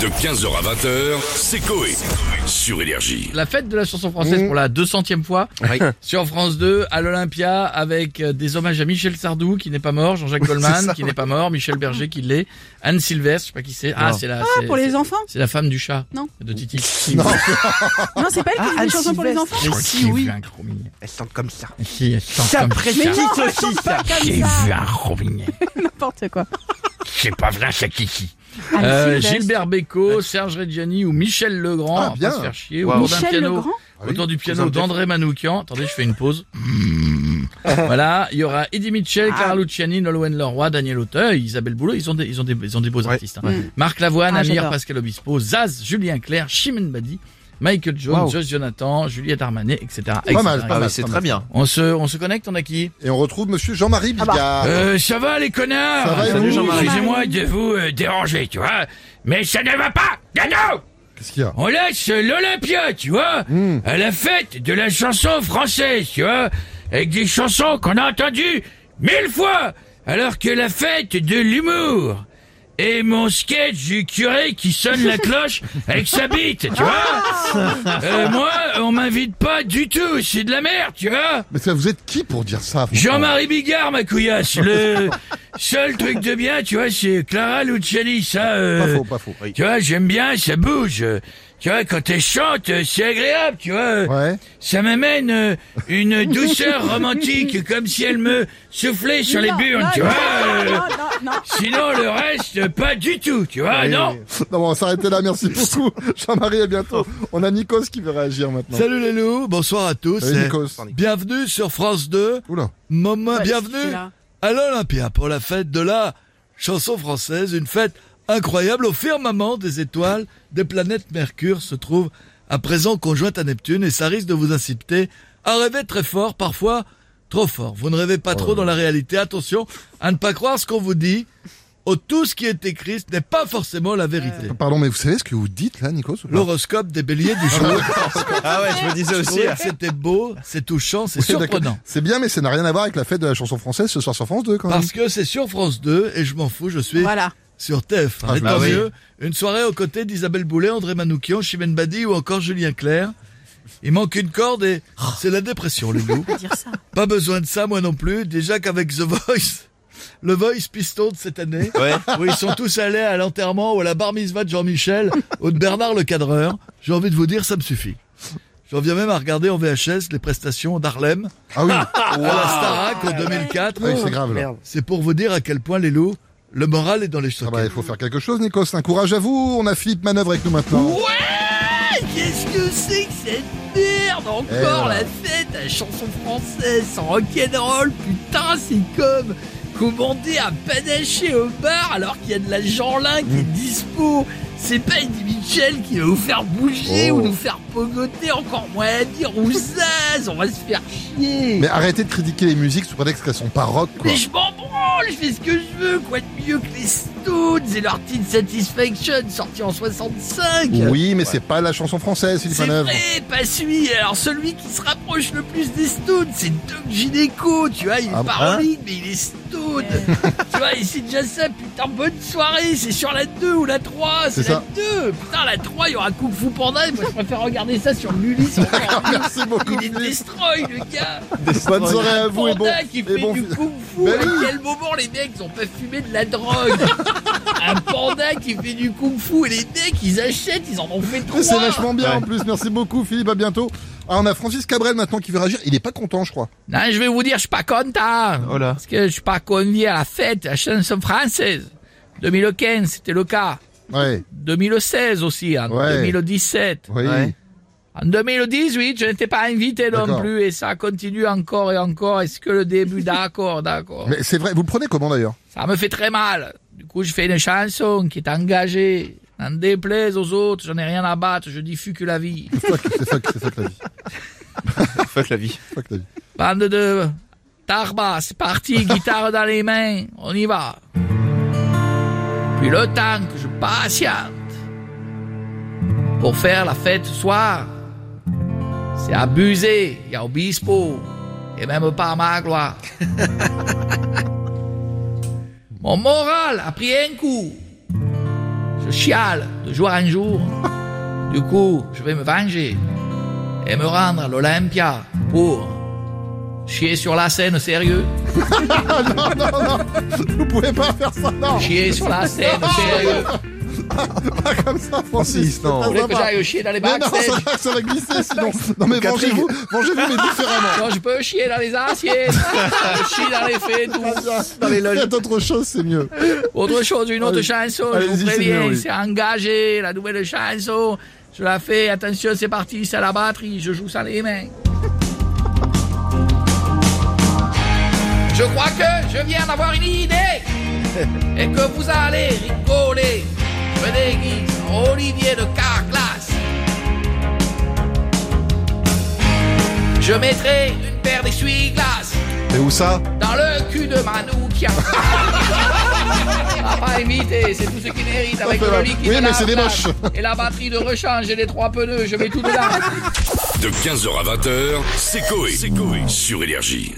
De 15h à 20h, c'est Coé. Sur Énergie. La fête de la chanson Mm. française pour la 200e fois sur France 2 à l'Olympia avec euh, des hommages à Michel Sardou qui n'est pas mort, Jean-Jacques Goldman qui n'est pas mort, Michel Berger qui l'est, Anne Sylvestre, je sais pas qui c'est. Ah, c'est la Ah, c'est- pour les c'est- enfants c'est la femme du chat Non. de Titi. Non, c'est pas elle qui Ah, fait des chansons pour les enfants Mais si, oui. Kevin Cromignon. Elles sentent comme ça. Si, elle chante Ça comme précise ça. aussi, ça. Comme ça, Kevin Cromignon. n'importe quoi. C'est pas vrai, c'est Kiki. Ah, Euh, Sylvestre. Gilbert Bécaud, Serge Reggiani ou Michel Legrand. Ah, on va bien. se faire chier. Autour d'un Michel piano. Legrand Ah Autour du piano cousin de- d'André Manoukian. Attendez, je fais une pause. voilà. Il y aura Eddie Mitchell, Ah. Clara Luciani, Nolwenn Leroy, Daniel Auteuil, Isabelle Boulot. Ils ont des, ils ont des, ils ont des beaux artistes. hein. Marc Lavoine, Ah, Amir, j'adore. Pascal Obispo, Zaz, Julien Clerc, Chimène Badi, Michael Jones, Wow. Josh Jonathan, Juliette Armanet, etc. Pas mal, etc. pas mal. c'est pas très mal. bien. On se, on se connecte, on a qui Et on retrouve monsieur Jean-Marie bah. Bigard. euh, ça va les connards Ah Ça va, et Salut, vous Jean-Marie. Excusez-moi de vous euh, déranger, tu vois, mais ça ne va pas Gano Qu'est-ce qu'il y a On laisse l'Olympia, tu vois, à la fête de la chanson française, tu vois, avec des chansons qu'on a entendues mille fois, alors que la fête de l'humour et mon sketch du curé qui sonne la cloche avec sa bite, tu vois Euh, Moi, on m'invite pas du tout, c'est de la merde, tu vois Mais ça, vous êtes qui pour dire ça franchement Jean-Marie Bigard, ma couillasse. Le seul truc de bien, tu vois, c'est Clara Luciani, ça. euh, Pas faux, pas faux. Tu vois, j'aime bien, ça bouge. Tu vois, quand elle chante, euh, c'est agréable, tu vois. Ouais. Ça m'amène euh, une douceur romantique, comme si elle me soufflait sur les Non, burnes, non, tu non, vois. non, euh, non, non. Sinon, le reste, pas du tout, tu vois, Ah non Non, bon, on va s'arrêter là. Merci beaucoup. Jean-Marie, à bientôt. On a Nikos qui veut réagir maintenant. Salut les loups, bonsoir à tous. Euh. Salut, et Nikos. Bienvenue sur France 2. Oula. Maman, Ouais, bienvenue celui-là. à l'Olympia pour la fête de la chanson française. Une fête incroyable au firmament des étoiles des planètes Mercure se trouve à présent conjointe à Neptune et ça risque de vous inciter à rêver très fort, parfois trop fort. Vous ne rêvez pas Oh. trop dans la réalité. Attention à ne pas croire ce qu'on vous dit. Oh, tout ce qui est écrit, ce n'est pas forcément la vérité. Ah, Pardon, mais vous savez ce que vous dites là, Nikos ou pas L'horoscope des béliers du jour. Ah ouais, je me disais aussi. Ouais, C'était beau, c'est touchant, c'est Oui, d'accord. surprenant. C'est bien, mais ça n'a rien à voir avec la fête de la chanson française ce soir sur France 2 quand même. Parce que c'est sur France 2 et je m'en fous, je suis Voilà. sur TF. Ah, et bah tant oui. mieux, une soirée aux côtés d'Isabelle Boulet, André Manoukian, Chimène Badi ou encore Julien Clerc. Il manque une corde et c'est la dépression, les loups. Faut dire ça. Pas besoin de ça, moi non plus. Déjà qu'avec The Voice, le Voice piston de cette année, Ouais. où ils sont tous allés à l'enterrement ou à la bar mitzvah de Jean-Michel ou de Bernard le cadreur, j'ai envie de vous dire, ça me suffit. J'en viens même à regarder en VHS les prestations d'Harlem Ah oui. à la Starac en 2004. Ah oui, c'est grave là. C'est pour vous dire à quel point les loups, le moral est dans les Ah sockets. bah, il faut faire quelque chose, Nikos. Un courage à vous. On a Philippe Manœuvre avec nous maintenant. Qu'est-ce que c'est que cette merde Eh, Encore voilà. la fête, la chanson française sans rock'n'roll, putain, c'est comme commander un panaché au bar alors qu'il y a de la Jeanlin qui est Mm. dispo. C'est pas Eddie Mitchell qui va vous faire bouger Oh. ou nous faire pogoter, encore moins à dire, ou zaz, on va se faire chier. Mais arrêtez de critiquer les musiques sous prétexte qu'elles sont pas rock quoi. Mais je m'en branle, je fais ce que je veux, quoi de mieux que les Stones et leur titre Satisfaction sorti en 65 Oui, mais c'est pas la chanson française, Philippe C'est Manœuvre. vrai, pas celui. Alors celui qui se rapproche le plus des Stones, c'est Doc Gineco, tu vois, il est Ah, parolique, mais il est Stone. tu vois, et c'est déjà ça, putain, bonne soirée, c'est sur la 2 ou la 3, c'est C'est la ça. 2. Putain, la 3, il y aura Kung Fu Panda, et moi je préfère regarder ça sur Lully, c'est encore mieux. Merci beaucoup. Il est Philippe. destroy, le gars. Bonne soirée à vous et bon. Panda qui et fait bon du fi- Kung Fu. Ben à oui. quel moment les mecs ils ont pas fumé de la drogue Un panda qui fait du Kung Fu et les mecs ils achètent, ils en ont fait trois. Mais C'est vachement bien en plus. Merci beaucoup, Philippe. À bientôt. Ah, on a Francis Cabrel maintenant qui veut réagir. Il est pas content, je crois. Non, je vais vous dire, je suis pas content. Oh là. Parce que je suis pas convié à la fête, à la chanson française. 2015, c'était le cas. Ouais. 2016 aussi, en Ouais. 2017. Oui. Ouais. En 2018, je n'étais pas invité non D'accord. plus, et ça continue encore et encore. Est-ce que le début, d'accord, d'accord. Mais c'est vrai. Vous le prenez comment d'ailleurs Ça me fait très mal. Du coup, je fais une chanson qui est engagée. N'en déplaise aux autres, j'en ai rien à battre, je dis fus que la vie. Fuck, C'est fuck, c'est fuck la vie. Fuck la vie. Fuck la vie. Bande de tarba, c'est parti, guitare dans les mains, on y va. Puis le temps que je patiente pour faire la fête ce soir, c'est abusé, il y a Obispo, et même pas ma gloire. Mon moral a pris un coup. Je Je chiale de jour en jour. Du coup, je vais me venger et me rendre à l'Olympia pour chier sur la scène sérieux. Ah, Non, non, non, vous pouvez pas faire ça, non. Chier sur la scène sérieux. Pas comme ça, Francis. Francis, non. c'est Vous pas voulez que sympa. j'aille chier dans les Mais non, backstage ça va, ça va glisser sinon. Non mais Catherine. vengez-vous, vengez-vous mais différemment. Non, je peux chier dans les assiettes, je chie dans les faits, tout. Dans les loges. Faites autre chose, c'est mieux. Autre chose, une autre Allez. chanson, je Allez-y, vous c'est préviens, bien, oui. c'est engagé, la nouvelle chanson. Je la fais, attention, c'est parti, c'est la batterie, je joue ça les mains. Je crois que je viens d'avoir une idée et que vous allez rigoler. Je me déguise en Olivier de Carglass. Je mettrai une paire d'essuie-glaces Et où ça dans le cul de Manoukia. À pas imiter, c'est tout ce qu'il mérite avec fait le mal. liquide. Oui, et mais la c'est des flamme. moches. Et la batterie de rechange et les trois pneus, je mets tout dedans. De 15h à 20h, c'est Coé. Sur Énergie.